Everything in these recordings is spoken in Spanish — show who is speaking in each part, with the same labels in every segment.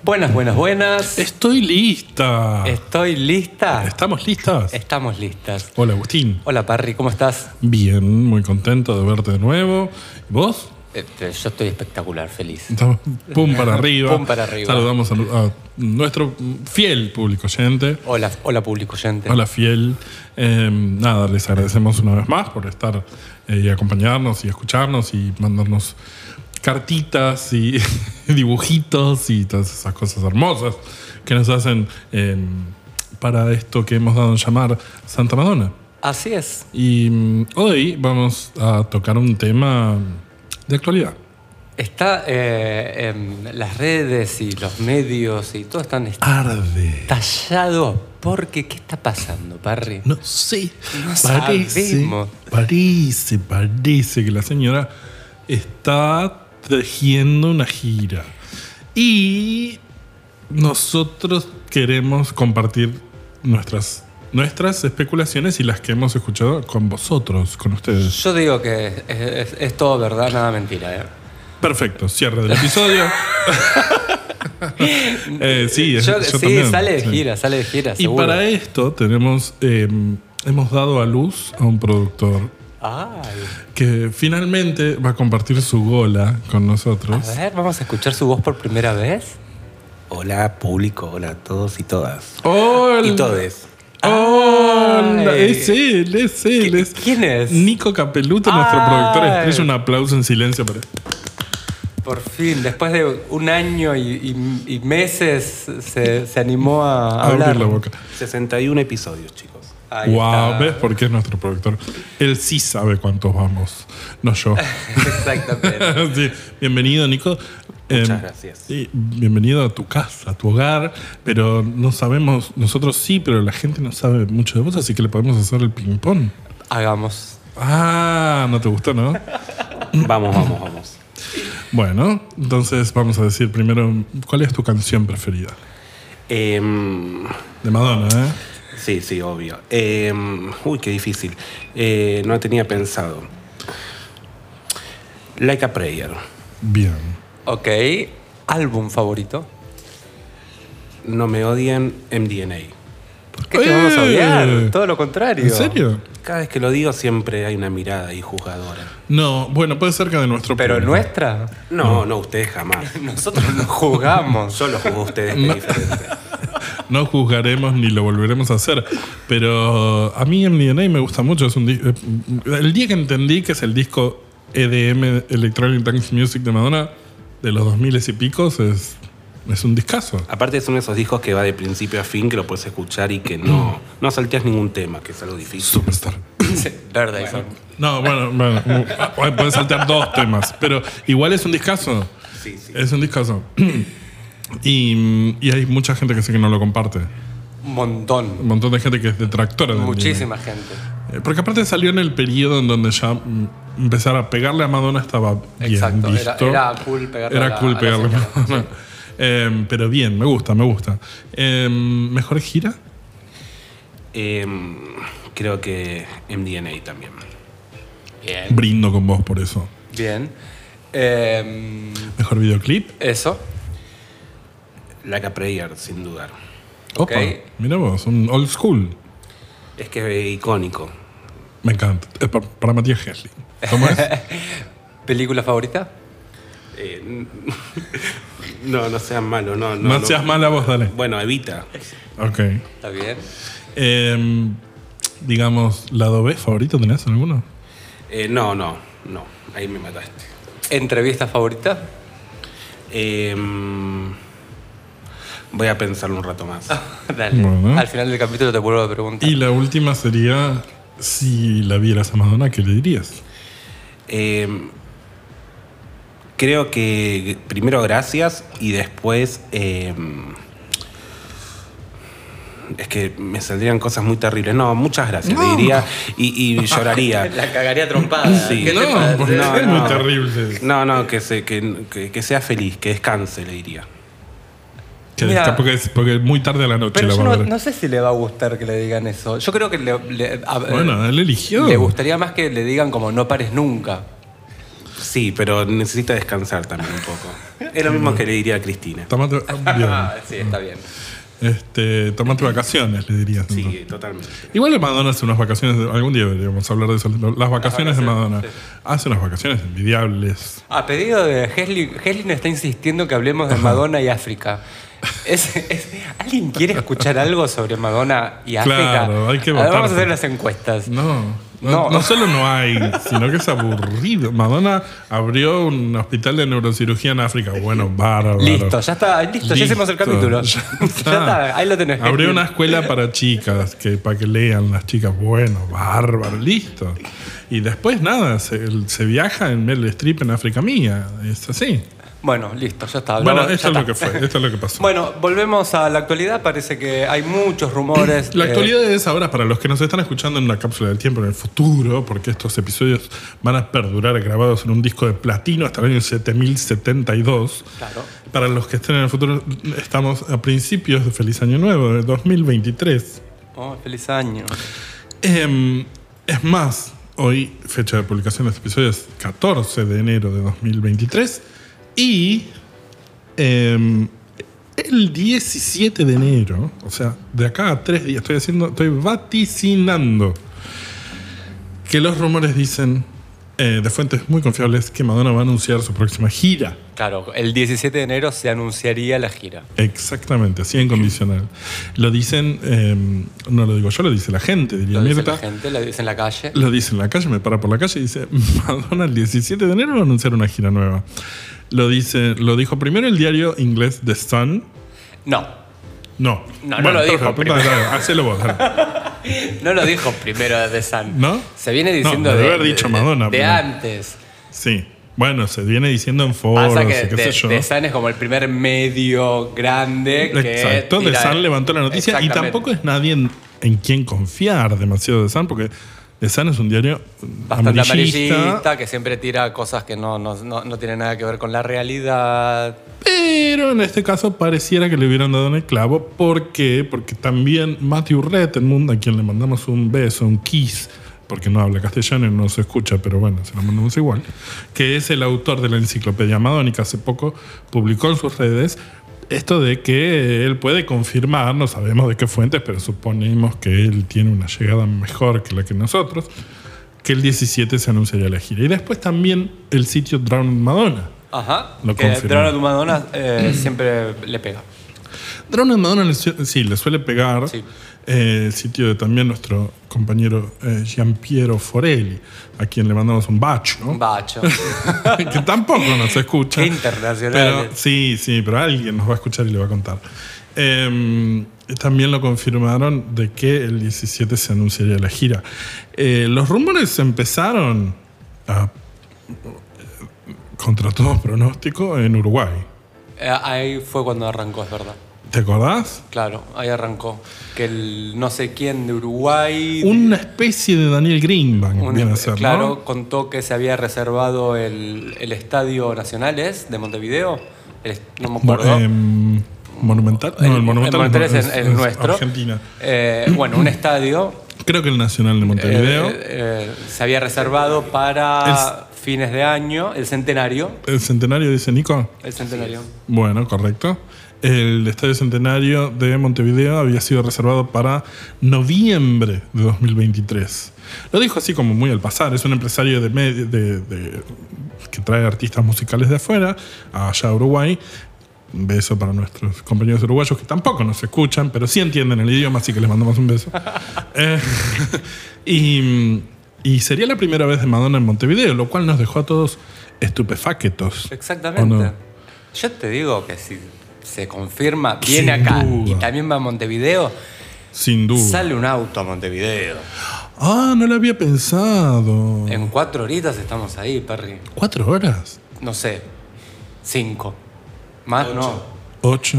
Speaker 1: Buenas, buenas, buenas.
Speaker 2: Estoy lista.
Speaker 1: Estoy lista.
Speaker 2: ¿Estamos listas?
Speaker 1: Estamos listas.
Speaker 2: Hola, Agustín.
Speaker 1: Hola, Parry, ¿cómo estás?
Speaker 2: Bien, muy contento de verte de nuevo. ¿Y vos?
Speaker 1: Este, yo estoy espectacular, feliz.
Speaker 2: Estamos pum para arriba.
Speaker 1: Pum para arriba.
Speaker 2: Saludamos a, a nuestro fiel público oyente.
Speaker 1: Hola, hola público oyente.
Speaker 2: Hola, fiel. Eh, nada, les agradecemos una vez más por estar eh, y acompañarnos y escucharnos y mandarnos cartitas y dibujitos y todas esas cosas hermosas que nos hacen eh, para esto que hemos dado en llamar Santa Madonna.
Speaker 1: Así es.
Speaker 2: Y mm, hoy vamos a tocar un tema de actualidad.
Speaker 1: Está eh, em, las redes y los medios y todo están
Speaker 2: Arde.
Speaker 1: estallados porque ¿qué está pasando, Parry?
Speaker 2: No sé.
Speaker 1: No
Speaker 2: parece,
Speaker 1: sabemos.
Speaker 2: parece, parece que la señora está tejiendo una gira. Y nosotros queremos compartir nuestras, nuestras especulaciones y las que hemos escuchado con vosotros, con ustedes.
Speaker 1: Yo digo que es, es- es todo verdad, nada mentira. ¿eh?
Speaker 2: Perfecto, cierre del episodio. Eh, sí, es-
Speaker 1: Yo-
Speaker 2: yo
Speaker 1: sí,
Speaker 2: también,
Speaker 1: sale de
Speaker 2: sí.
Speaker 1: gira, sale de gira.
Speaker 2: Y
Speaker 1: seguro.
Speaker 2: para esto tenemos, eh, hemos dado a luz a un productor
Speaker 1: Ay,
Speaker 2: que finalmente va a compartir su gola con nosotros.
Speaker 1: a ver, vamos a escuchar su voz por primera vez.
Speaker 3: Hola público, hola a todos y todas.
Speaker 2: Hola.
Speaker 3: Y todes.
Speaker 2: Hola.
Speaker 1: Ay.
Speaker 2: Es él, es él.
Speaker 1: ¿Qui-
Speaker 2: es
Speaker 1: quién es?
Speaker 2: Nico Capeluto, nuestro
Speaker 1: Ay.
Speaker 2: productor estrella. Un aplauso en silencio para él.
Speaker 1: Por fin, después de un año y, y- y meses, se, se animó a
Speaker 2: Abrir
Speaker 1: hablar.
Speaker 2: la boca.
Speaker 3: 61 episodios, chicos.
Speaker 1: Ahí
Speaker 2: wow,
Speaker 1: está.
Speaker 2: ¿ves por qué es nuestro productor? Él sí sabe cuántos vamos, no yo.
Speaker 1: Exactamente.
Speaker 2: Sí, Bienvenido, Nico. Muchas
Speaker 3: gracias.
Speaker 2: bienvenido a tu casa, a tu hogar, pero no sabemos, nosotros sí, pero la gente no sabe mucho de vos, así que le podemos hacer el ping-pong.
Speaker 1: Hagamos.
Speaker 2: Ah, no te gustó, ¿no?
Speaker 3: Vamos, vamos, vamos.
Speaker 2: Bueno, entonces vamos a decir primero, ¿cuál es tu canción preferida?
Speaker 3: Em,
Speaker 2: De Madonna, ¿eh?
Speaker 3: sí, sí, obvio. Em, uy, qué difícil. Eh, no tenía pensado. Like a Prayer.
Speaker 2: Bien.
Speaker 1: Ok. ¿Álbum favorito?
Speaker 3: No me odien MDNA.
Speaker 1: ¿Por qué te vamos a
Speaker 2: ¡Eh!
Speaker 1: odiar? Todo lo contrario.
Speaker 2: ¿En serio?
Speaker 3: Cada vez que lo digo siempre hay una mirada ahí juzgadora.
Speaker 2: No, bueno, puede ser que de nuestro
Speaker 1: Pero
Speaker 2: público.
Speaker 1: nuestra.
Speaker 3: No, no, ustedes jamás.
Speaker 1: Nosotros nos jugamos.
Speaker 3: Yo los juzgo a ustedes que es diferente.
Speaker 2: No juzgaremos ni lo volveremos a hacer. Pero a mí MDNA me gusta mucho. Es un di- eh, el día que entendí que es el disco EDM, Electronic Dance Music de Madonna, de los 2000 y picos, es, es un discazo.
Speaker 3: Aparte son esos discos que va de principio a fin, que lo puedes escuchar y que no, no salteas ningún tema, que es algo difícil.
Speaker 2: Superstar.
Speaker 1: Verdad, Isaac.
Speaker 2: No, bueno, bueno, mu- pueden saltar dos temas, pero igual es un discazo.
Speaker 3: Sí, sí.
Speaker 2: Es un discazo. Y, y hay mucha gente que sé que no lo comparte.
Speaker 1: Un
Speaker 2: Un
Speaker 1: montón.
Speaker 2: montón de gente que es detractora. del
Speaker 1: Muchísima gente.
Speaker 2: anime. Eh, Porque aparte salió en el periodo en donde ya mm, empezar a pegarle a Madonna estaba bien
Speaker 1: Exacto, era-
Speaker 2: visto.
Speaker 1: era cool pegarle
Speaker 2: Era
Speaker 1: a la-
Speaker 2: cool
Speaker 1: a la
Speaker 2: pegarle a
Speaker 1: señora,
Speaker 2: Madonna. Eh, pero bien, me gusta, me gusta. Eh, ¿Mejor gira?
Speaker 3: Em, creo que MDNA también.
Speaker 1: Bien.
Speaker 2: Brindo con vos por eso.
Speaker 1: Bien. Em,
Speaker 2: ¿Mejor videoclip?
Speaker 1: eso.
Speaker 3: Like a Prayer, sin dudar.
Speaker 2: Opa,
Speaker 1: Ok.
Speaker 2: mira vos, un old school.
Speaker 3: Es que es icónico.
Speaker 2: Me encanta. Es pa- para Matías Hesling. ¿Cómo es?
Speaker 1: ¿Película favorita?
Speaker 3: Eh, n- no, no seas malo, no. No,
Speaker 2: no,
Speaker 3: no.
Speaker 2: seas mala vos, dale.
Speaker 3: Bueno, evita.
Speaker 2: Ok.
Speaker 1: Está bien.
Speaker 2: Em, digamos, ¿lado B favorito tenés alguno?
Speaker 3: Eh, no, no, no. Ahí me mataste.
Speaker 1: ¿Entrevista favorita?
Speaker 3: Em, voy a pensarlo un rato más.
Speaker 1: Dale.
Speaker 2: Bueno.
Speaker 1: Al final del capítulo te vuelvo a preguntar.
Speaker 2: Y la última sería, si la vieras a Madonna, ¿qué le dirías?
Speaker 3: Em, creo que primero gracias y después em, eh, es que me saldrían cosas muy terribles. No, muchas gracias, le diría y, y lloraría.
Speaker 4: La cagaría trompada.
Speaker 3: Sí.
Speaker 4: ¿Qué te
Speaker 2: No,
Speaker 4: pasa?
Speaker 2: porque es muy terrible.
Speaker 3: No, no, que, se, que, que- que sea feliz, que descanse, le diría.
Speaker 2: Que
Speaker 1: Mira.
Speaker 2: está- porque, es, porque es muy tarde a la noche
Speaker 1: Pero
Speaker 2: la
Speaker 1: yo
Speaker 2: va a
Speaker 1: no,
Speaker 2: ver.
Speaker 1: no sé si le va a gustar que le digan eso. Yo creo que le, le- a-
Speaker 2: Bueno, él eligió.
Speaker 1: le gustaría más que le digan como no pares nunca.
Speaker 3: Sí, pero necesita descansar también un poco. Es lo
Speaker 2: Mm.
Speaker 3: mismo que le diría a Cristina.
Speaker 2: Tómate, ah,
Speaker 1: sí, está bien.
Speaker 2: bien. Este, tómate vacaciones, le dirías. entonces.
Speaker 3: Sí, totalmente.
Speaker 2: Igual de Madonna hace unas vacaciones, de- algún día deberíamos hablar de eso, las vacaciones de Madonna. Hace unas vacaciones envidiables.
Speaker 1: A pedido de Heslin, Heslin está insistiendo que hablemos de Madonna y África. Es- es- ¿Alguien quiere escuchar algo sobre Madonna y África?
Speaker 2: Claro, hay que
Speaker 1: A ver, Vamos
Speaker 2: votar.
Speaker 1: a hacer las encuestas.
Speaker 2: No, no,
Speaker 1: No.
Speaker 2: no solo no hay, sino que es aburrido. Madonna abrió un hospital de neurocirugía en África. Bueno, bárbaro.
Speaker 1: Listo, ya está, listo, ya hicimos el capítulo.
Speaker 2: Ya está.
Speaker 1: ahí lo tenés.
Speaker 2: Abrió
Speaker 1: Heslin.
Speaker 2: una escuela para chicas, que, para que lean las chicas. Bueno, bárbaro, listo. Y después nada, se, el- se viaja en Mel Strip en África Mía. Es así.
Speaker 1: Bueno, listo, ya está.
Speaker 2: Bueno,
Speaker 1: hablamos-
Speaker 2: esto es
Speaker 1: ya
Speaker 2: lo que
Speaker 1: está.
Speaker 2: fue, esto es lo que pasó.
Speaker 1: Bueno, volvemos a la actualidad. Parece que hay muchos rumores.
Speaker 2: La
Speaker 1: eh,
Speaker 2: actualidad es ahora, para los que nos están escuchando en la cápsula del tiempo, en el futuro, porque estos episodios van a perdurar grabados en un disco de platino hasta el año 7072.
Speaker 1: Claro.
Speaker 2: Para los que estén en el futuro, estamos a principios de Feliz Año Nuevo, de 2023.
Speaker 1: Oh, feliz año.
Speaker 2: Em, es más, hoy, fecha de publicación de este episodio es 14 de enero de 2023. Y em, el 17 de enero, o sea, de acá a tres días, estoy haciendo, estoy vaticinando que los rumores dicen eh, de fuentes muy confiables que Madonna va a anunciar su próxima gira.
Speaker 1: Claro, el 17 de enero se anunciaría la gira.
Speaker 2: Exactamente, así en condicional. Lo dicen, em, no lo digo yo, lo dice la gente, diría
Speaker 1: Lo dice
Speaker 2: Mirta.
Speaker 1: la gente, lo dice en la calle.
Speaker 2: Lo dice en la calle, me para por la calle y dice, Madonna el 17 de enero va a anunciar una gira nueva. Lo, dice, lo dijo primero el diario inglés The Sun.
Speaker 1: No,
Speaker 2: No.
Speaker 1: No, no lo dijo
Speaker 2: perfecto,
Speaker 1: primero.
Speaker 2: dale, dale, hacelo vos. dale.
Speaker 1: No lo dijo primero de San.
Speaker 2: ¿No?
Speaker 1: Se viene diciendo
Speaker 2: No,
Speaker 1: de,
Speaker 2: debe haber dicho
Speaker 1: de-
Speaker 2: Madonna,
Speaker 1: de,
Speaker 2: pero-
Speaker 1: antes.
Speaker 2: Sí. Bueno, se viene diciendo en foros
Speaker 1: Pasa
Speaker 2: y
Speaker 1: que
Speaker 2: qué sé
Speaker 1: de,
Speaker 2: yo.
Speaker 1: de San es como el primer medio grande que
Speaker 2: Exacto, The
Speaker 1: tira-
Speaker 2: Sun levantó la noticia y
Speaker 1: Exactamente.
Speaker 2: tampoco es nadie en, en quien confiar demasiado de Sun porque The Sun es un diario
Speaker 1: bastante
Speaker 2: amarillista,
Speaker 1: amarillista, que siempre tira cosas que no, no, no- no tienen nada que ver con la realidad.
Speaker 2: Pero en este caso pareciera que le hubieran dado en el clavo. ¿Por qué? Porque también Matthew Rettenmund, a quien le mandamos un beso, un kiss, porque no habla castellano y no se escucha, pero bueno, se lo mandamos igual, que es el autor de la enciclopedia Madónica, hace poco publicó en sus redes esto de que él puede confirmar, no sabemos de qué fuentes, pero suponemos que él tiene una llegada mejor que la que nosotros, que el 17 se anunciaría la gira. Y después también el sitio Drowned Madonna.
Speaker 1: Ajá.
Speaker 2: Lo
Speaker 1: que
Speaker 2: confirmó.
Speaker 1: Drona Madonna eh, siempre le pega.
Speaker 2: Drone de Madonna le su- sí, le suele pegar
Speaker 1: Sí.
Speaker 2: eh, el sitio de también nuestro compañero eh, Giampiero Forelli, a quien le mandamos un bacho.
Speaker 1: Un bacho.
Speaker 2: que tampoco nos escucha.
Speaker 1: Qué internacionales.
Speaker 2: Pero- sí, sí, pero alguien nos va a escuchar y le va a contar. Eh, también lo confirmaron de que el 17 se anunciaría la gira. Eh, los rumores empezaron a- eh, contra todo pronóstico en Uruguay.
Speaker 1: Eh, ahí fue cuando arrancó, es verdad.
Speaker 2: ¿Te acordás?
Speaker 1: Claro, ahí arrancó. Que el no sé quién de Uruguay.
Speaker 2: Una especie de Daniel Greenbank
Speaker 1: Un- eh,
Speaker 2: viene a ser,
Speaker 1: claro,
Speaker 2: ¿no?
Speaker 1: contó que se había reservado el, el Estadio Nacional ¿es? de Montevideo. El est- no me
Speaker 2: Mo-
Speaker 1: acuerdo.
Speaker 2: em, monumental. No, el monumental,
Speaker 1: Monumental es, el nuestro.
Speaker 2: Argentina.
Speaker 1: Eh, bueno, un estadio
Speaker 2: Creo que el Nacional de
Speaker 1: eh,
Speaker 2: Montevideo.
Speaker 1: eh, se había reservado para fines de año, el centenario.
Speaker 2: el centenario, dice Nico.
Speaker 1: El centenario.
Speaker 2: Bueno, correcto. El Estadio Centenario de Montevideo había sido reservado para noviembre de 2023. Lo dijo así como muy al pasar. Es un empresario de, medi- de- de- que trae artistas musicales de afuera, allá a Uruguay. Un beso para nuestros compañeros uruguayos que tampoco nos escuchan, pero sí entienden el idioma, así que les mandamos un beso. Eh, y, y sería la primera vez de Madonna en Montevideo, lo cual nos dejó a todos estupefactos.
Speaker 1: Exactamente.
Speaker 2: ¿O no?
Speaker 1: Yo te digo que si se confirma, viene acá
Speaker 2: duda.
Speaker 1: y también va a Montevideo,
Speaker 2: Sin duda.
Speaker 1: sale un auto a Montevideo.
Speaker 2: Ah, no lo había pensado.
Speaker 1: En cuatro horitas estamos ahí, Perry.
Speaker 2: ¿Cuatro horas?
Speaker 1: No sé. Cinco. Más no.
Speaker 2: ¿Ocho?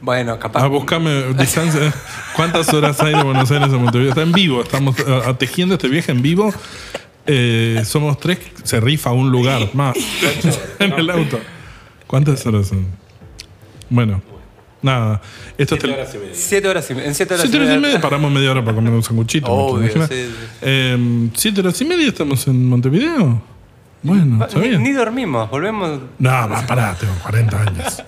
Speaker 1: Bueno, capaz.
Speaker 2: Ah, búscame distancia. ¿Cuántas horas hay de Buenos Aires a Montevideo? Está en vivo, estamos ah, ah, tejiendo este viaje en vivo. Eh, somos tres, se rifa un lugar más en el auto. ¿Cuántas horas son? Bueno, nada. Esto
Speaker 3: Siete
Speaker 2: es tele-
Speaker 3: horas y media.
Speaker 1: Siete horas y media. En siete horas
Speaker 2: Siete horas y media
Speaker 1: para
Speaker 2: paramos media hora para comer un sanguchito.
Speaker 1: Obvio,
Speaker 2: ¿te imaginas?
Speaker 1: sí, sí.
Speaker 2: Eh, siete horas y media estamos en Montevideo. Bueno, está
Speaker 1: Ah, Ni,
Speaker 2: bien.
Speaker 1: ni dormimos, volvemos.
Speaker 2: No, va, pará, tengo 40 años.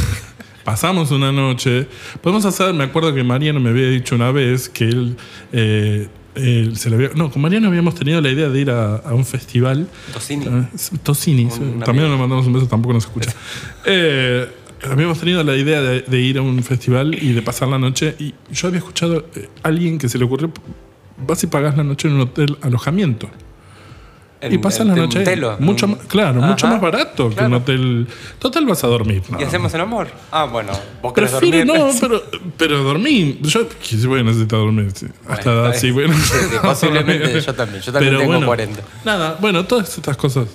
Speaker 2: Pasamos una noche. Podemos hacer, me acuerdo que Mariano me había dicho una vez que él, eh, él se le había. No, con Mariano habíamos tenido la idea de ir a, a un festival.
Speaker 1: Tocini.
Speaker 2: Eh, Tocini, sí.
Speaker 1: Un
Speaker 2: también
Speaker 1: amigo.
Speaker 2: le mandamos un beso, tampoco nos escucha. Eh, habíamos tenido la idea de, de ir a un festival y de pasar la noche. Y yo había escuchado eh, a alguien que se le ocurrió: vas y pagas la noche en un hotel alojamiento. Ah, Y
Speaker 1: en-
Speaker 2: pasas
Speaker 1: en-
Speaker 2: la
Speaker 1: en
Speaker 2: noche ahí.
Speaker 1: Telo.
Speaker 2: Mucho más- claro, mucho
Speaker 1: Ajá.
Speaker 2: más barato que un
Speaker 1: Claro.
Speaker 2: hotel. Total vas a dormir.
Speaker 1: ¿Y
Speaker 2: nada
Speaker 1: hacemos
Speaker 2: más.
Speaker 1: el amor? Ah, bueno. Vos querés
Speaker 2: Prefiero,
Speaker 1: dormir.
Speaker 2: no, pero, pero dormí. Yo que sí voy a necesitar dormir. sí. Hasta
Speaker 1: está
Speaker 2: edad,
Speaker 1: bien.
Speaker 2: sí, bueno.
Speaker 1: Sí, sí, posiblemente, yo también. Yo también tengo 40.
Speaker 2: Nada, bueno, todas estas cosas.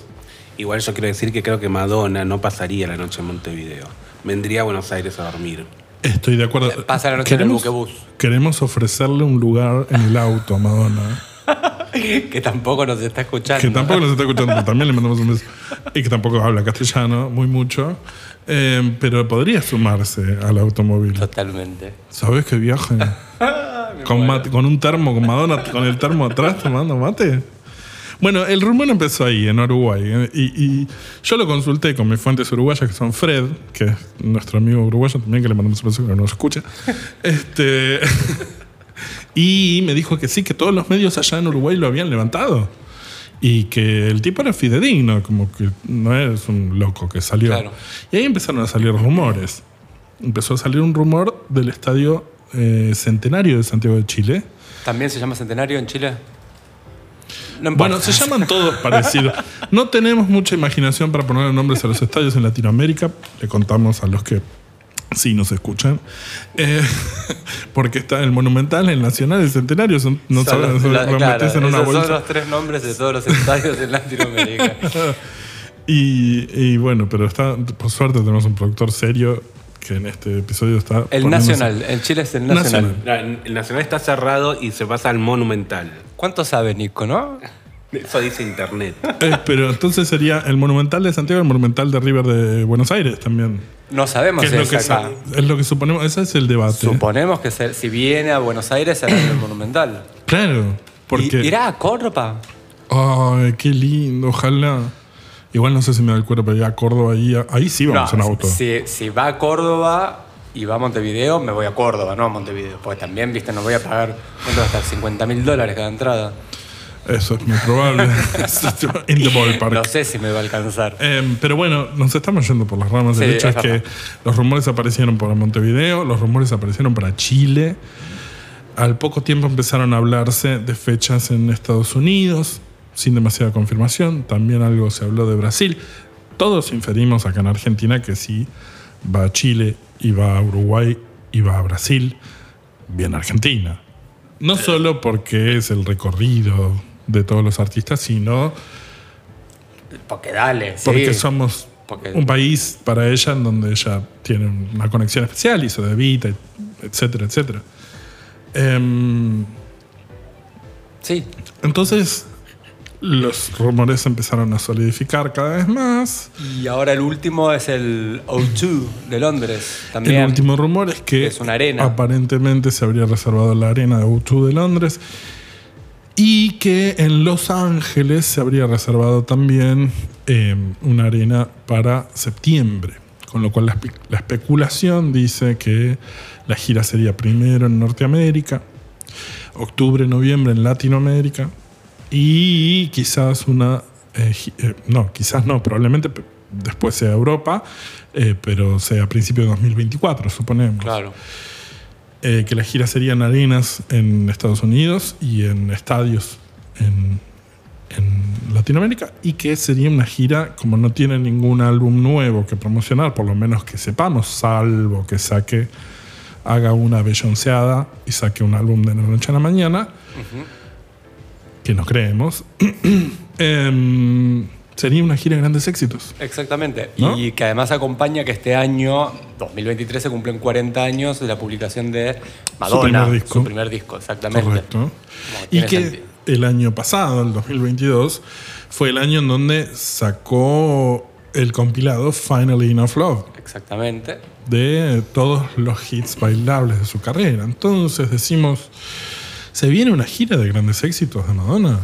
Speaker 3: Igual yo quiero decir que creo que Madonna no pasaría la noche en Montevideo. Vendría a Buenos Aires a dormir.
Speaker 2: Estoy de acuerdo.
Speaker 1: Eh, Pasa la noche en el buquebús.
Speaker 2: Queremos ofrecerle un lugar en el auto a Madonna.
Speaker 1: que tampoco nos está escuchando.
Speaker 2: Que tampoco nos está escuchando, pero también le mandamos un beso. Y que tampoco habla castellano, muy mucho. Eh, pero podría sumarse al automóvil.
Speaker 1: Totalmente.
Speaker 2: ¿Sabes qué viaje? con, mate- con un termo, con Madonna, con el termo atrás tomando mate. Bueno, el rumor empezó ahí, en Uruguay. eh, Y, y yo lo consulté con mis fuentes uruguayas, que son Fred, que es nuestro amigo uruguayo también, que le mandamos un beso que no nos escucha. Este, y me dijo que sí, que todos los medios allá en Uruguay lo habían levantado. Y que el tipo era fidedigno, como que no es un loco que salió.
Speaker 1: Claro.
Speaker 2: Y ahí empezaron a salir rumores. Empezó a salir un rumor del estadio eh, centenario de Santiago de Chile.
Speaker 1: ¿También se llama Centenario en Chile? No importa.
Speaker 2: Bueno, se llaman todos parecidos. No tenemos mucha imaginación para poner nombres a los estadios en Latinoamérica. Le contamos a los que sí nos escuchan. Eh, porque está el Monumental, el Nacional, el Centenario. son- no
Speaker 1: Son
Speaker 2: saben,
Speaker 1: los-
Speaker 2: son-
Speaker 1: la-
Speaker 2: lo
Speaker 1: claro,
Speaker 2: metes en una
Speaker 1: esos
Speaker 2: bolsa.
Speaker 1: son los tres nombres de todos los estadios en Latinoamérica.
Speaker 2: Y, y bueno, pero está, por suerte tenemos un productor serio que en este episodio está...
Speaker 1: El
Speaker 2: poniéndose-
Speaker 1: Nacional. El Chile es el Nacional.
Speaker 2: Nacional.
Speaker 3: No, el Nacional está cerrado y se pasa al Monumental.
Speaker 1: ¿Cuánto sabe Nico, no?
Speaker 3: Eso dice internet.
Speaker 2: Eh, pero entonces sería el Monumental de Santiago, el Monumental de River de Buenos Aires también.
Speaker 1: No sabemos
Speaker 2: Que es, lo
Speaker 1: si
Speaker 2: que
Speaker 1: es acá.
Speaker 2: sa- es lo que suponemos, ese es el debate.
Speaker 1: Suponemos que se- si viene a Buenos Aires será en el Monumental.
Speaker 2: Claro, porque...
Speaker 1: ¿Y- ¿Irá a Córdoba?
Speaker 2: Ay, qué lindo, ojalá. Igual no sé si me da el cuerpo, pero ir a Córdoba, ahí, ahí sí vamos en auto.
Speaker 1: Si, si va a Córdoba y va a Montevideo, me voy a Córdoba, no a Montevideo. Porque también, viste, no voy a pagar ¿cuánto va a estar? 50 mil dólares cada entrada.
Speaker 2: Eso es muy probable. In the ballpark.
Speaker 1: No sé si me va a alcanzar.
Speaker 2: Eh, pero bueno, nos estamos yendo por las ramas. El
Speaker 1: Sí,
Speaker 2: hecho es,
Speaker 1: es
Speaker 2: que
Speaker 1: verdad.
Speaker 2: los rumores aparecieron para Montevideo, los rumores aparecieron para Chile. Al poco tiempo empezaron a hablarse de fechas en Estados Unidos, sin demasiada confirmación. También algo se habló de Brasil. Todos inferimos acá en Argentina que sí va a Chile y va a Uruguay y va a Brasil, bien Argentina. No solo porque es el recorrido de todos los artistas, sino
Speaker 1: Porque dale, sí.
Speaker 2: Eh, porque somos
Speaker 1: Porque-
Speaker 2: un país para ella en donde ella tiene una conexión especial y se debita, etcétera, etcétera. Em,
Speaker 1: Sí,
Speaker 2: entonces, los rumores empezaron a solidificar cada vez más.
Speaker 1: Y ahora el último es el O2 de Londres. También.
Speaker 2: El último rumor es que
Speaker 1: Es una arena.
Speaker 2: aparentemente se habría reservado la arena de U2 de Londres y que en Los Ángeles se habría reservado también eh, una arena para septiembre. Con lo cual la, espe- la especulación dice que la gira sería primero en Norteamérica, octubre, noviembre en Latinoamérica y quizás una... eh, gi- eh, no, quizás no, probablemente pe- después sea Europa, eh, pero sea a principios de 2024, suponemos.
Speaker 1: Claro.
Speaker 2: Eh, que la gira sería en arenas en Estados Unidos y en estadios en, en Latinoamérica y que sería una gira como no tiene ningún álbum nuevo que promocionar, por lo menos que sepamos, salvo que saque, haga una bellonceada y saque un álbum de la noche a la mañana, que nos creemos, em, sería una gira de grandes éxitos.
Speaker 1: Exactamente.
Speaker 2: ¿No?
Speaker 1: Y que además acompaña que este año, 2023, se cumplen 40 años de la publicación de Madonna.
Speaker 2: primer disco.
Speaker 1: Su primer disco, exactamente.
Speaker 2: Correcto.
Speaker 1: Como
Speaker 2: Y
Speaker 1: tiene
Speaker 2: que
Speaker 1: sentido.
Speaker 2: el año pasado, el 2022, fue el año en donde sacó el compilado Finally Enough Love
Speaker 1: Exactamente.
Speaker 2: de todos los hits bailables de su carrera. Entonces decimos, ¿se viene una gira de grandes éxitos de Madonna?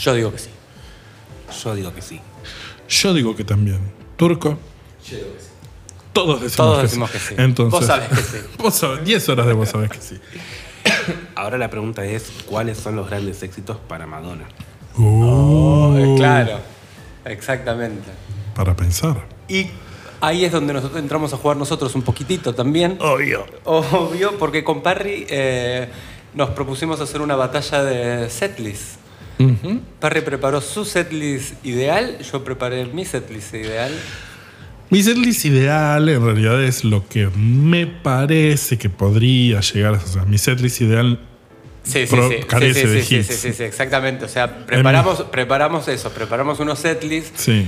Speaker 1: Yo digo que sí.
Speaker 3: Yo digo que sí.
Speaker 2: Yo digo que también. Turco. Todos decimos,
Speaker 1: Todos
Speaker 2: que,
Speaker 1: decimos
Speaker 2: sí.
Speaker 1: que sí.
Speaker 2: Entonces,
Speaker 1: Vos sabés que sí.
Speaker 2: Vos sabés, 10 horas de vos sabés que sí.
Speaker 3: Ahora la pregunta es, ¿cuáles son los grandes éxitos para Madonna?
Speaker 2: Uh,
Speaker 1: Eh, Claro. Exactamente.
Speaker 2: Para pensar.
Speaker 1: Y ahí es donde nosotros entramos a jugar nosotros un poquitito también.
Speaker 2: Obvio.
Speaker 1: Obvio, porque con Parry eh, nos propusimos hacer una batalla de setlist. Parry preparó su setlist ideal, yo preparé mi setlist ideal.
Speaker 2: Mi setlist ideal en realidad es lo que me parece que podría llegar a ser. Mi setlist ideal
Speaker 1: Sí, sí,
Speaker 2: Pro-
Speaker 1: sí, sí,
Speaker 2: carece
Speaker 1: sí,
Speaker 2: de
Speaker 1: sí, sí,
Speaker 2: hits.
Speaker 1: sí, sí, sí, exactamente. O sea, preparamos, preparamos eso, preparamos unos setlists
Speaker 2: Sí.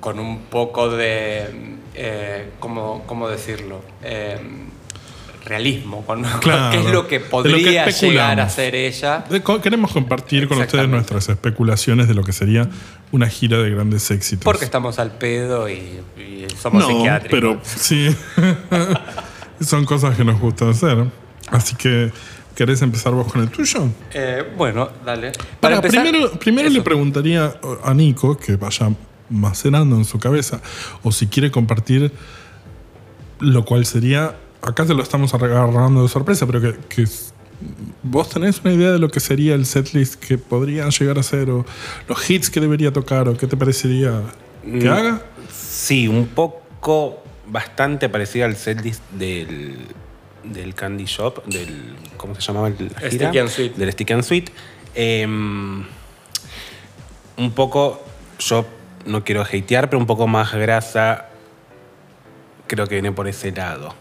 Speaker 1: con un poco de, eh, ¿cómo, cómo decirlo? Eh, realismo, con, con
Speaker 2: Claro.
Speaker 1: qué es lo que
Speaker 2: De lo que
Speaker 1: podría llegar a
Speaker 2: especulamos.
Speaker 1: ser ella.
Speaker 2: De- co- Queremos compartir con ustedes
Speaker 1: Exactamente.
Speaker 2: nuestras especulaciones de lo que sería una gira de grandes éxitos.
Speaker 1: Porque estamos al pedo y, y somos psiquiátricos.
Speaker 2: Pero sí. Son cosas que nos gusta hacer. Así que, ¿querés empezar vos con el tuyo?
Speaker 1: Eh, bueno, dale.
Speaker 2: Para,
Speaker 1: empezar-
Speaker 2: primero, primero
Speaker 1: Eso.
Speaker 2: le preguntaría a Nico que vaya macerando en su cabeza o si quiere compartir lo cual sería. Acá te lo estamos agarrando de sorpresa, pero que, que s- vos tenés una idea de lo que sería el setlist que podrían llegar a ser o los hits que debería tocar o qué te parecería que
Speaker 3: Mm.
Speaker 2: haga.
Speaker 3: Sí, un poco bastante parecida al setlist del, del Candy Shop, del. ¿Cómo se llamaba el la gira?
Speaker 1: Stick and Sweet.
Speaker 3: Del Stick and Sweet. Em, un poco, yo no quiero hatear, pero un poco más grasa. Creo que viene por ese lado.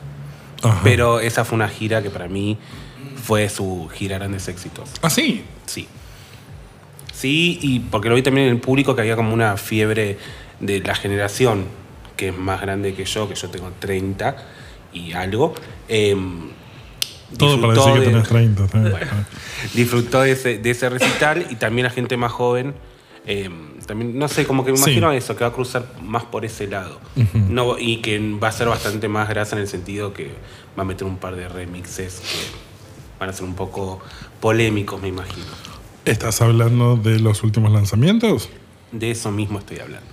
Speaker 2: Ajá.
Speaker 3: Pero esa fue una gira que para mí fue su gira grandes éxitos.
Speaker 2: Ah, sí.
Speaker 3: Sí. Sí, y porque lo vi también en el público que había como una fiebre de la generación, que es más grande que yo, que yo tengo 30 y algo. em,
Speaker 2: Todo para
Speaker 3: disfrutó
Speaker 2: decir que
Speaker 3: de-
Speaker 2: tenés 30. también.
Speaker 3: disfrutó de ese, de ese recital y también la gente más joven. eh, también, no sé, como que me
Speaker 2: Sí.
Speaker 3: imagino eso, que va a cruzar más por ese lado. no, y que va a ser bastante más grasa en el sentido que va a meter un par de remixes que van a ser un poco polémicos, me imagino.
Speaker 2: ¿Estás hablando de los últimos lanzamientos?
Speaker 3: De eso mismo estoy hablando.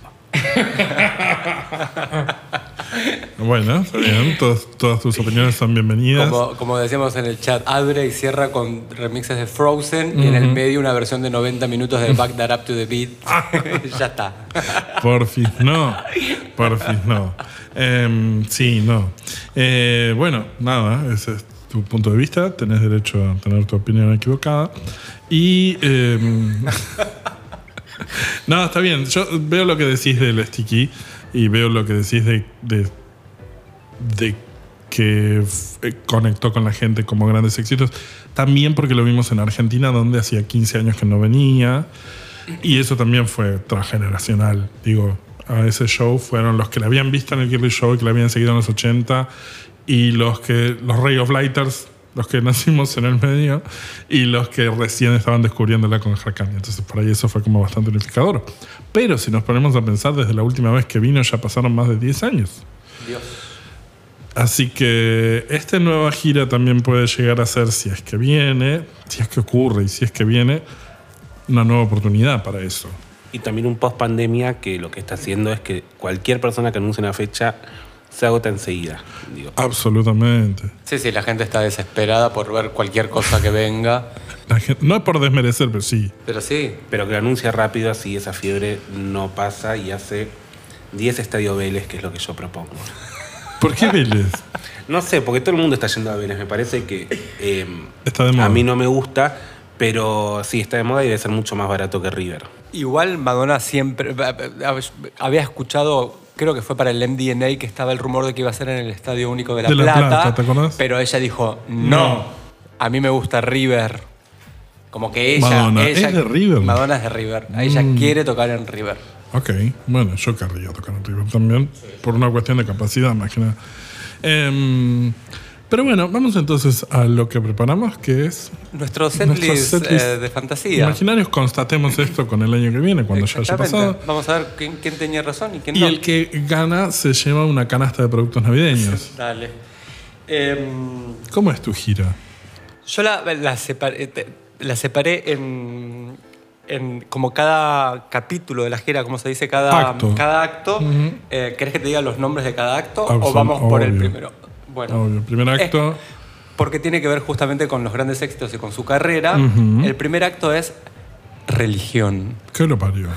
Speaker 2: Bueno, está bien. Todas, todas tus opiniones son bienvenidas.
Speaker 1: Como, como decíamos en el chat, abre y cierra con remixes de Frozen y en el medio una versión de 90 minutos de Back That Up to the Beat.
Speaker 2: Ah.
Speaker 1: ya está.
Speaker 2: Porfis no. Porfis no. Em, sí, no. Eh, bueno, nada, ese es tu punto de vista. Tenés derecho a tener tu opinión equivocada. Y. em, no, está bien. Yo veo lo que decís del sticky y veo lo que decís de- de de que f- eh, conectó con la gente como grandes éxitos. También porque lo vimos en Argentina, donde hacía 15 años que no venía. Y eso también fue transgeneracional. Digo, a ese show fueron los que la habían visto en el Kirby Show, que la habían seguido en los 80, y los que los Ray of Lighters, los que nacimos en el medio, y los que recién estaban descubriéndola con Hakan. Entonces, por ahí eso fue como bastante unificador. Pero si nos ponemos a pensar, desde la última vez que vino ya pasaron más de 10 años. Así que esta nueva gira también puede llegar a ser, si es que viene, si es que ocurre y si es que viene, una nueva oportunidad para eso.
Speaker 3: Y también un post pandemia que lo que está haciendo es que cualquier persona que anuncie una fecha se agota enseguida. Digo,
Speaker 2: Absolutamente.
Speaker 1: Sí, sí, la gente está desesperada por ver cualquier cosa que venga.
Speaker 2: La gen- no es por desmerecer, pero sí.
Speaker 1: Pero sí,
Speaker 3: Pero que lo anuncia rápido, así esa fiebre no pasa y hace 10 estadios Vélez, que es lo que yo propongo.
Speaker 2: ¿Por qué Vélez?
Speaker 3: No sé, porque todo el mundo está yendo a Vélez, me parece que eh,
Speaker 2: Está de moda.
Speaker 3: a mí no me gusta, pero sí, está de moda y debe ser mucho más barato que River.
Speaker 1: Igual Madonna siempre eh, había escuchado, creo que fue para el MDNA que estaba el rumor de que iba a ser en el Estadio Único de La,
Speaker 2: De La
Speaker 1: Plata,
Speaker 2: Plata, ¿te acordás?
Speaker 1: pero ella dijo, "No,
Speaker 2: No.
Speaker 1: a mí me gusta River." Como que ella,
Speaker 2: Madonna,
Speaker 1: ella-
Speaker 2: ¿es de River? Mm.
Speaker 1: Madonna es de River. Ella quiere tocar en River.
Speaker 2: Ok, bueno, yo querría tocar en River también, por una cuestión de capacidad, más que nada. Em, pero bueno, vamos entonces a lo que preparamos, que es...
Speaker 1: Nuestro
Speaker 2: Nuestro
Speaker 1: setlist
Speaker 2: setlist.
Speaker 1: eh, de fantasía.
Speaker 2: Imaginarios, constatemos esto con el año que viene, cuando ya haya
Speaker 1: Exactamente.
Speaker 2: pasado.
Speaker 1: Vamos a ver quién, quién tenía razón y quién
Speaker 2: Y
Speaker 1: no.
Speaker 2: el que gana se lleva una canasta de productos navideños.
Speaker 1: Dale. Em,
Speaker 2: ¿Cómo es tu gira?
Speaker 1: Yo la, la separé, te- la separé en, en como cada capítulo de la gira, como se dice, cada
Speaker 2: Acto.
Speaker 1: Cada acto.
Speaker 2: Ujú.
Speaker 1: Eh, ¿Querés que te diga los nombres de cada acto
Speaker 2: Absol-
Speaker 1: o vamos por el
Speaker 2: obvio.
Speaker 1: primero? Bueno,
Speaker 2: Ah,
Speaker 1: Eh.
Speaker 2: Obvio, el primer
Speaker 1: es-
Speaker 2: acto,
Speaker 1: porque tiene que ver justamente con los grandes éxitos y con su carrera.
Speaker 2: Ujú.
Speaker 1: El primer acto es religión.
Speaker 2: ¿qué lo parió?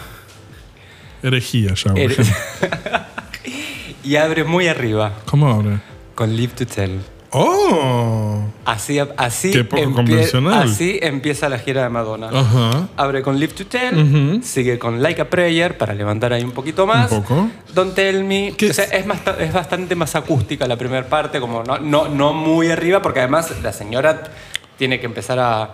Speaker 2: Herejía ya, por
Speaker 1: Eres-
Speaker 2: ejemplo.
Speaker 1: y abre muy arriba
Speaker 2: ¿Cómo abre?
Speaker 1: con Live to Tell.
Speaker 2: ¡Oh!
Speaker 1: Así, así,
Speaker 2: Qué poco
Speaker 1: empie-
Speaker 2: convencional.
Speaker 1: así empieza la gira de Madonna.
Speaker 2: Ajá.
Speaker 1: Abre con Live to Tell,
Speaker 2: Ujú.
Speaker 1: sigue con Like a Prayer para levantar ahí un poquito más.
Speaker 2: Un poco.
Speaker 1: Don't Tell Me.
Speaker 2: ¿Qué
Speaker 1: O sea,
Speaker 2: es?
Speaker 1: es, más, es bastante más acústica la primera parte, como no, no, no muy arriba, porque además la señora tiene que empezar a, a-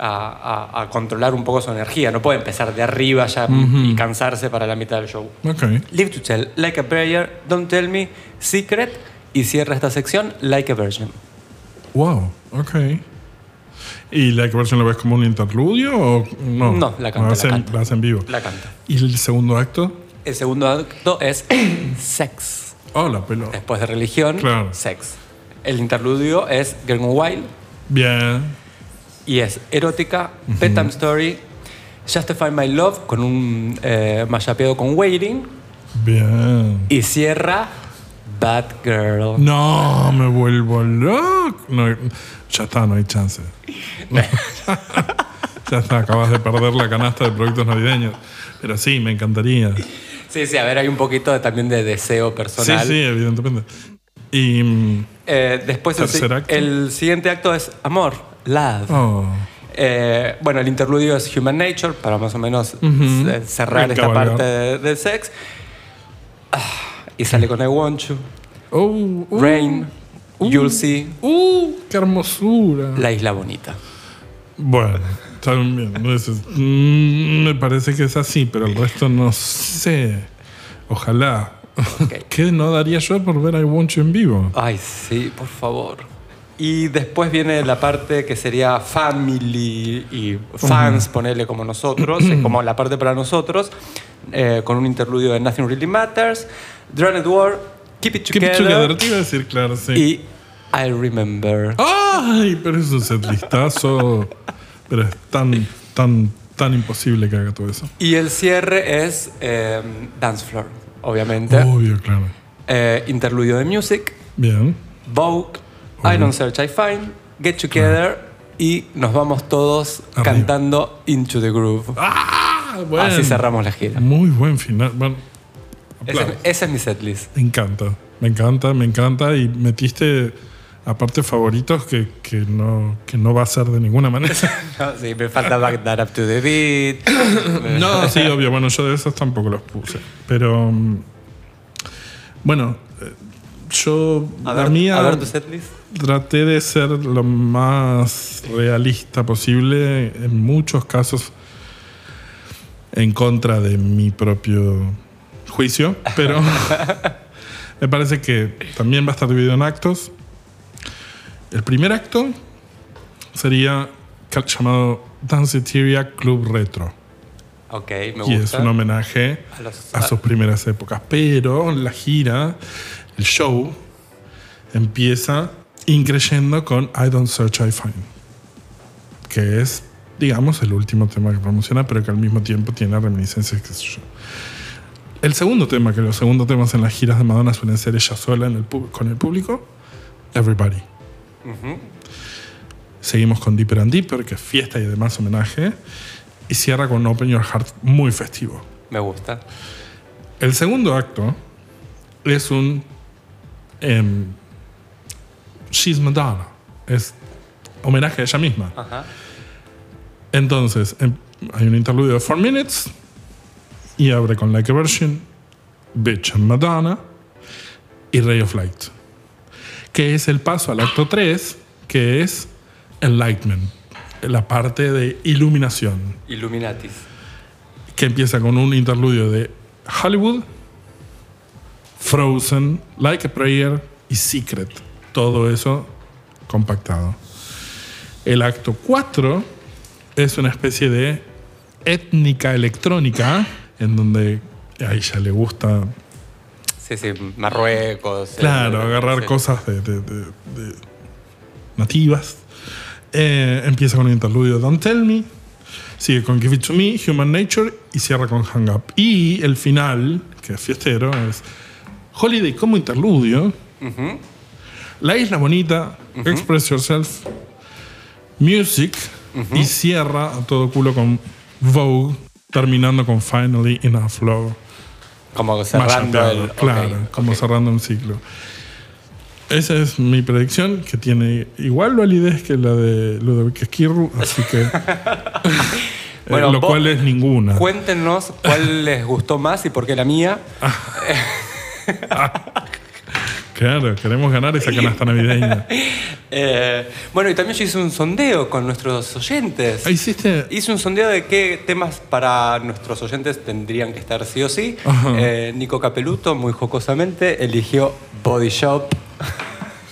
Speaker 1: a- a controlar un poco su energía. No puede empezar de arriba ya y cansarse para la mitad del show.
Speaker 2: Ok.
Speaker 1: Live to Tell, Like a Prayer, Don't Tell Me, Secret y cierra esta sección Like a Virgin.
Speaker 2: Wow, ok. ¿Y la versión lo ves como un interludio o no?
Speaker 1: No, la canta, la
Speaker 2: hacen,
Speaker 1: canta.
Speaker 2: hacen vivo.
Speaker 1: La canta.
Speaker 2: ¿Y el segundo acto?
Speaker 1: El segundo acto es Sex.
Speaker 2: Oh, la pelota.
Speaker 1: Después de religión,
Speaker 2: Claro.
Speaker 1: sex. El interludio es Girl Gone Wild
Speaker 2: Bien.
Speaker 1: y es erótica, Bedtime Story, Justify My Love con un eh, machapeado con Waiting
Speaker 2: Bien.
Speaker 1: y cierra Bad Girl.
Speaker 2: No, me vuelvo loco. No, ya está, no hay chance.
Speaker 1: Eh.
Speaker 2: ya está, acabas de perder la canasta de productos navideños. Pero sí, me encantaría.
Speaker 1: Sí, sí, a ver, hay un poquito de- también de deseo
Speaker 2: Sí,
Speaker 1: personal.
Speaker 2: sí, evidentemente. Y. mm,
Speaker 1: Eh, después el, si-
Speaker 2: Tercer acto.
Speaker 1: el siguiente acto es amor, love.
Speaker 2: Oh.
Speaker 1: Eh, bueno, el interludio es Human Nature para más o menos ce- cerrar esta
Speaker 2: Encabalgar.
Speaker 1: parte de- del sex. Ah, y sale con I Want You.
Speaker 2: Oh, oh,
Speaker 1: Rain, You'll See,
Speaker 2: oh, ¡Qué hermosura!
Speaker 1: La Isla Bonita.
Speaker 2: Bueno, también. no es- mm, me parece que es así, pero el resto no sé. Ojalá. ¿Qué no daría yo por ver I Want You en vivo?
Speaker 1: Ay, sí, por favor. Y después viene la parte que sería family y fans, ponerle como nosotros, eh, como la parte para nosotros, eh, con un interludio de Nothing Really Matters, Drowned War, Keep It
Speaker 2: Keep
Speaker 1: Together, Oh.
Speaker 2: it together, te iba a decir, claro, sí.
Speaker 1: y I Remember.
Speaker 2: ¡Ay! Pero es un setlistazo. pero es tan, tan, tan imposible que haga todo eso.
Speaker 1: Y el cierre es eh, Dance Floor, obviamente.
Speaker 2: Obvio, claro.
Speaker 1: Eh, interludio de Music,
Speaker 2: Bien.
Speaker 1: Vogue, I Don't Search, I Find, Get Together y nos vamos todos
Speaker 2: Arriba.
Speaker 1: cantando Into the Groove.
Speaker 2: ¡Ah! Bueno.
Speaker 1: Así cerramos la gira.
Speaker 2: Muy buen final. Bueno,
Speaker 1: Ese,
Speaker 2: aplausos.
Speaker 1: ese es mi setlist.
Speaker 2: Me encanta, me encanta, me encanta. Y metiste, aparte, favoritos que, que, no, que no va a ser de ninguna manera.
Speaker 1: No, sí, me falta Back That Up to the Beat.
Speaker 2: no, sí, obvio. Bueno, yo de esos tampoco los puse. Pero. mm, Bueno, eh, yo.
Speaker 1: A ver,
Speaker 2: la mía,
Speaker 1: a ver tu setlist.
Speaker 2: traté de ser lo más realista posible, en muchos casos en contra de mi propio juicio, pero me parece que también va a estar dividido en actos. El primer acto sería ca- llamado Danceteria Club Retro,
Speaker 1: Ok, me
Speaker 2: y es
Speaker 1: gusta.
Speaker 2: un homenaje
Speaker 1: A los-
Speaker 2: a sus primeras épocas. Pero la gira, el show, empieza increyendo con I Don't Search, I Find. Que es, digamos, el último tema que promociona, pero que al mismo tiempo tiene reminiscencias, qué sé yo. El segundo tema, que los segundos temas en las giras de Madonna suelen ser ella sola en el pub- con el público, Everybody. Seguimos con Deeper and Deeper, que es fiesta y demás homenaje. Y cierra con Open Your Heart, muy festivo.
Speaker 1: Me gusta.
Speaker 2: El segundo acto es un. em, She's Madonna. Es homenaje a ella misma.
Speaker 1: Ajá.
Speaker 2: Entonces, em, hay un interludio de 4 minutes y abre con Like a Virgin, Bitch and Madonna y Ray of Light. Que es el paso al acto 3, que es Enlightenment, la parte de iluminación
Speaker 1: Illuminatis.
Speaker 2: que empieza con un interludio de Hollywood, Frozen, Like a Prayer y Secret. Todo eso compactado. El acto 4 es una especie de étnica electrónica en donde a ella le gusta,
Speaker 1: Sí, sí, Marruecos.
Speaker 2: claro,
Speaker 1: eh,
Speaker 2: agarrar
Speaker 1: sí.
Speaker 2: cosas de, de- de- de nativas. Eh, empieza con un interludio Don't Tell Me, sigue con Give It To Me, Human Nature y cierra con Hang Up. Y el final, que es fiestero, es Holiday como interludio, La Isla Bonita, Express Yourself, Music y cierra a todo culo con Vogue, terminando con Finally Enough Love.
Speaker 1: Como cerrando
Speaker 2: Machapeado,
Speaker 1: el. ok,
Speaker 2: claro, como cerrando un ciclo. Esa es mi predicción, que tiene igual validez que la de Ludovic Esquirru, así que. eh,
Speaker 1: Bueno,
Speaker 2: lo
Speaker 1: vos-
Speaker 2: cual es ninguna.
Speaker 1: Cuéntenos cuál les gustó más y por qué la mía.
Speaker 2: Claro, queremos ganar esa canasta navideña.
Speaker 1: Eh, bueno, y también yo hice un sondeo con nuestros oyentes.
Speaker 2: Ah, Hiciste.
Speaker 1: Hice un sondeo de qué temas para nuestros oyentes tendrían que estar sí o sí.
Speaker 2: Ajá.
Speaker 1: Eh, Nico Capeluto, muy jocosamente, eligió Body Shop.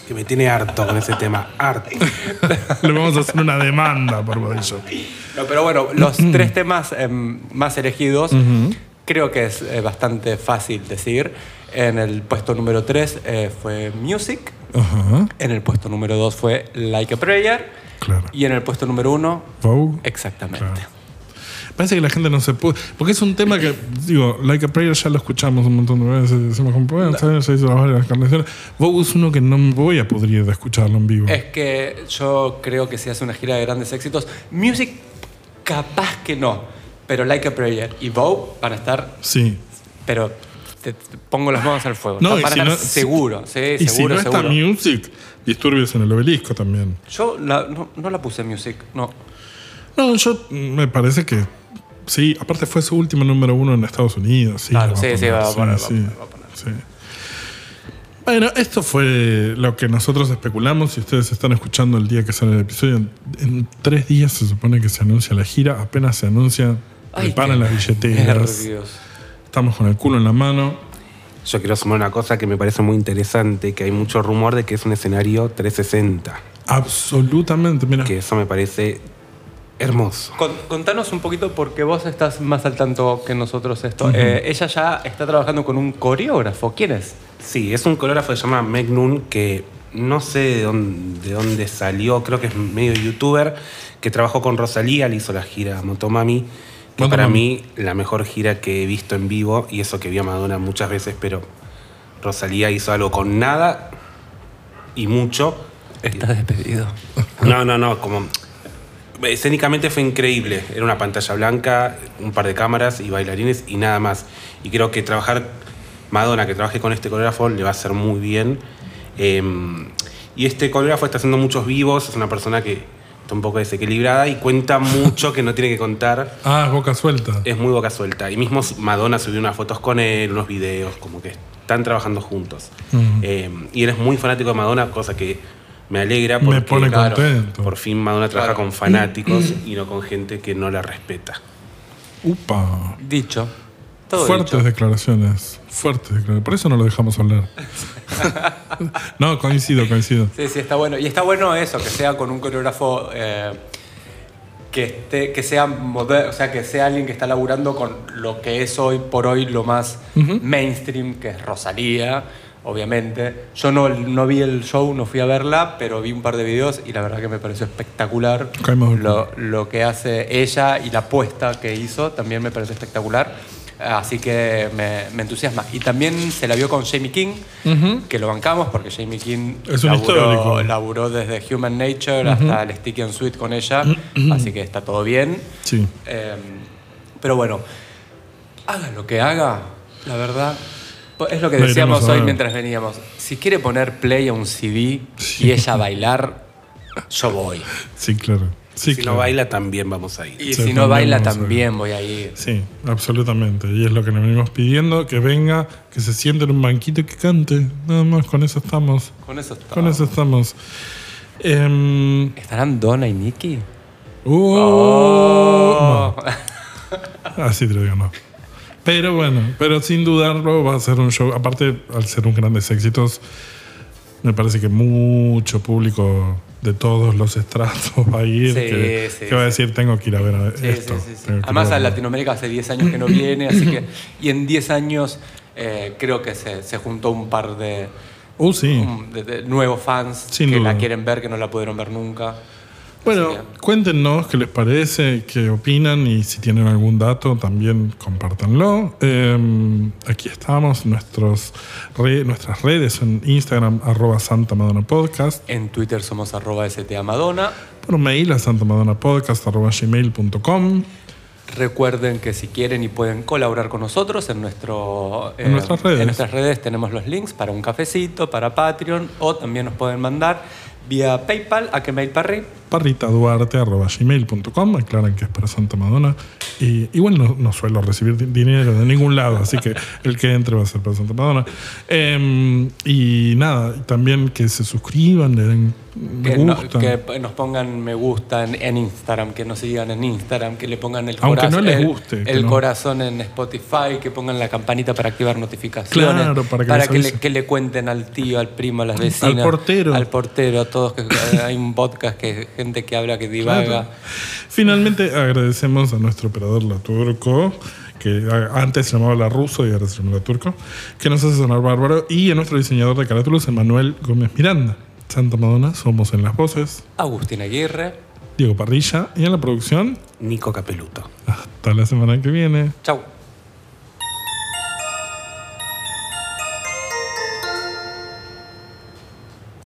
Speaker 3: Que me tiene harto con ese tema. Harto.
Speaker 2: Le vamos a hacer una demanda por Body Shop.
Speaker 1: No, pero bueno, los tres temas em, más elegidos creo que es eh, bastante fácil decir. En el puesto número 3 fue Music.
Speaker 2: Ajá,
Speaker 1: En el puesto número 2 fue Like a Prayer.
Speaker 2: claro.
Speaker 1: Y en el puesto número 1,
Speaker 2: Vogue.
Speaker 1: exactamente.
Speaker 2: Claro. Parece que la gente no se puede. Porque es un tema que, digo, Like a Prayer ya lo escuchamos un montón de veces. Decimos, como, bueno, está bien, ya hizo las varias canciones. Vogue es uno que no me voy a podrir de escucharlo en vivo.
Speaker 1: Es que yo creo que si hace una gira de grandes éxitos, Music capaz que no, pero Like a Prayer y Bow van a estar,
Speaker 2: Sí.
Speaker 1: pero te, te pongo las manos al fuego,
Speaker 2: No,
Speaker 1: van
Speaker 2: y
Speaker 1: a
Speaker 2: si
Speaker 1: estar
Speaker 2: no-
Speaker 1: seguro, sí,
Speaker 2: y si
Speaker 1: seguro,
Speaker 2: no está
Speaker 1: seguro.
Speaker 2: Music, disturbios en el obelisco también.
Speaker 1: Yo la- no, no la puse Music, no.
Speaker 2: No, yo me parece que. Sí, aparte fue su último número uno en Estados Unidos. Sí,
Speaker 1: Claro,
Speaker 2: la
Speaker 1: sí, sí, va a poner,
Speaker 2: sí,
Speaker 1: va a
Speaker 2: sí, sí. Bueno, esto fue lo que nosotros especulamos. Si ustedes están escuchando el día que sale el episodio, en, en tres días se supone que se anuncia la gira. Apenas se anuncia,
Speaker 1: Ay,
Speaker 2: preparan
Speaker 1: qué
Speaker 2: las billeteras.
Speaker 1: nervios.
Speaker 2: Estamos con el culo en la mano.
Speaker 3: Yo quiero sumar una cosa que me parece muy interesante, que hay mucho rumor de que es un escenario 360.
Speaker 2: Absolutamente, mira.
Speaker 3: Que eso me parece hermoso.
Speaker 1: Con- contanos un poquito porque vos estás más al tanto que nosotros esto. Eh, ella ya está trabajando con un coreógrafo, ¿quién es?
Speaker 3: Sí, es un coreógrafo que se llama Meg Noon, que no sé de dónde, de dónde salió, creo que es medio youtuber, que trabajó con Rosalía, le hizo la gira Motomami, que
Speaker 2: Motomami.
Speaker 3: para mí la mejor gira que he visto en vivo, y eso que vi a Madonna muchas veces, pero Rosalía hizo algo con nada y mucho.
Speaker 1: Está despedido.
Speaker 3: No, no, no, como... Escénicamente fue increíble. Era una pantalla blanca, un par de cámaras y bailarines y nada más. Y creo que trabajar Madonna, que trabaje con este coreógrafo, le va a hacer muy bien. Eh, y este coreógrafo está haciendo muchos vivos, es una persona que está un poco desequilibrada y cuenta mucho que no tiene que contar.
Speaker 2: Ah, es boca suelta.
Speaker 1: Eh.
Speaker 3: Es muy boca suelta. Y mismo Madonna subió unas fotos con él, unos videos, como que están trabajando juntos.
Speaker 2: Mm.
Speaker 3: Eh, y él es muy fanático de Madonna, cosa que me alegra porque
Speaker 2: Me pone
Speaker 3: claro,
Speaker 2: contento.
Speaker 3: por fin Madonna trabaja
Speaker 1: Claro.
Speaker 3: con fanáticos y no con gente que no la respeta.
Speaker 2: Upa.
Speaker 1: Dicho. Todo
Speaker 2: Fuertes
Speaker 1: dicho.
Speaker 2: declaraciones. Fuertes declaraciones. Por eso no lo dejamos hablar. no, coincido, coincido.
Speaker 1: Sí, sí, está bueno. Y está bueno eso, que sea con un coreógrafo eh, que, esté, que sea moder- o sea, que sea alguien que está laburando con lo que es hoy por hoy lo más mainstream, que es Rosalía, obviamente. Yo no, no vi el show, no fui a verla, pero vi un par de videos y la verdad que me pareció espectacular.
Speaker 2: Caemos de
Speaker 1: Lo, lo que hace ella y la apuesta que hizo también me pareció espectacular. Así que me, me entusiasma. Y también se la vio con Jamie King, que lo bancamos porque Jamie King
Speaker 2: Es un histórico.
Speaker 1: laburó desde Human Nature hasta el Sticky and Sweet con ella, así que está todo bien.
Speaker 2: Sí.
Speaker 1: Eh, pero bueno, haga lo que haga, la verdad. po- Es lo que
Speaker 2: Lo
Speaker 1: decíamos
Speaker 2: iremos a
Speaker 1: hoy
Speaker 2: ver.
Speaker 1: mientras veníamos. Si quiere poner play a un CD
Speaker 2: Sí.
Speaker 1: y ella bailar, yo voy.
Speaker 2: Sí, claro. Sí,
Speaker 3: si
Speaker 2: claro.
Speaker 3: no baila, también vamos a ir.
Speaker 1: Y
Speaker 2: Sí,
Speaker 1: si no baila,
Speaker 2: también,
Speaker 1: también voy a ir.
Speaker 2: Sí, absolutamente. Y es lo que le venimos pidiendo, que venga, que se siente en un banquito y que cante. Nada más, con eso estamos.
Speaker 1: Con eso está.
Speaker 3: Ah.
Speaker 2: Con eso estamos. Em,
Speaker 1: ¿Estarán Donna y Nicky?
Speaker 2: uh,
Speaker 3: Ah.
Speaker 1: Oh.
Speaker 2: Ah, Así te lo digo, no. Pero bueno, pero sin dudarlo va a ser un show. Aparte, al ser un grandes éxitos, me parece que mucho público de todos los estratos va a ir.
Speaker 1: Sí,
Speaker 2: que,
Speaker 1: sí,
Speaker 2: que va a
Speaker 1: sí.
Speaker 2: decir, tengo que ir a ver a
Speaker 1: Sí,
Speaker 2: esto.
Speaker 1: sí, sí, sí.
Speaker 2: tengo que ir
Speaker 1: Además, a
Speaker 2: verlo".
Speaker 1: Latinoamérica hace 10 años que no viene, así que. Y en 10 años eh, creo que se, se juntó un par de,
Speaker 2: Uh, sí.
Speaker 1: un- de- de nuevos fans
Speaker 2: Sin
Speaker 1: que la
Speaker 2: duda.
Speaker 1: quieren ver, que no la pudieron ver nunca.
Speaker 2: Bueno,
Speaker 1: Así que-
Speaker 2: cuéntenos qué les parece, qué opinan y si tienen algún dato también compártanlo. Eh, aquí estamos, nuestros re- nuestras redes en Instagram, arroba Santa Madonna Podcast,
Speaker 1: En Twitter somos arroba STA Madonna.
Speaker 2: por mail a santamadonnapodcast arroba gmail.com.
Speaker 1: Recuerden que si quieren y pueden colaborar con nosotros en, nuestro, eh,
Speaker 2: En nuestras redes.
Speaker 1: en nuestras redes tenemos los links para un cafecito, para Patreon o también nos pueden mandar vía PayPal a quemailparry.
Speaker 2: parritaduarte arroba gmail.com, aclaran que es para Santa Madonna. Y igual no, no suelo recibir di- dinero de ningún lado, así que el que entre va a ser para Santa Madonna. Em, y nada, también que se suscriban, le den me
Speaker 1: Que, no-
Speaker 2: gusta.
Speaker 1: que nos pongan me gusta en, en Instagram, que nos sigan en Instagram, que le pongan el,
Speaker 2: Aunque
Speaker 1: corazón-
Speaker 2: no les
Speaker 1: el-
Speaker 2: guste, que
Speaker 1: el
Speaker 2: no.
Speaker 1: corazón en Spotify, que pongan la campanita para activar notificaciones,
Speaker 2: Claro, para que les
Speaker 1: que, le,
Speaker 2: avise.
Speaker 1: que le cuenten al tío, al primo, a las vecinas,
Speaker 2: portero.
Speaker 1: al portero, a todos. Que, hay un podcast que gente que habla, que divaga.
Speaker 2: Claro. Finalmente agradecemos a nuestro operador La Turco, que a- antes se llamaba La Russo y ahora se llama La Turco, que nos hace sonar bárbaro, y a nuestro diseñador de carátulas, Emanuel Gómez Miranda. Santa Madonna, somos en las voces,
Speaker 1: Agustín Aguirre.
Speaker 2: Diego Parrilla y en la producción.
Speaker 3: Nico Capeluto.
Speaker 2: Hasta la semana que viene.
Speaker 1: Chau.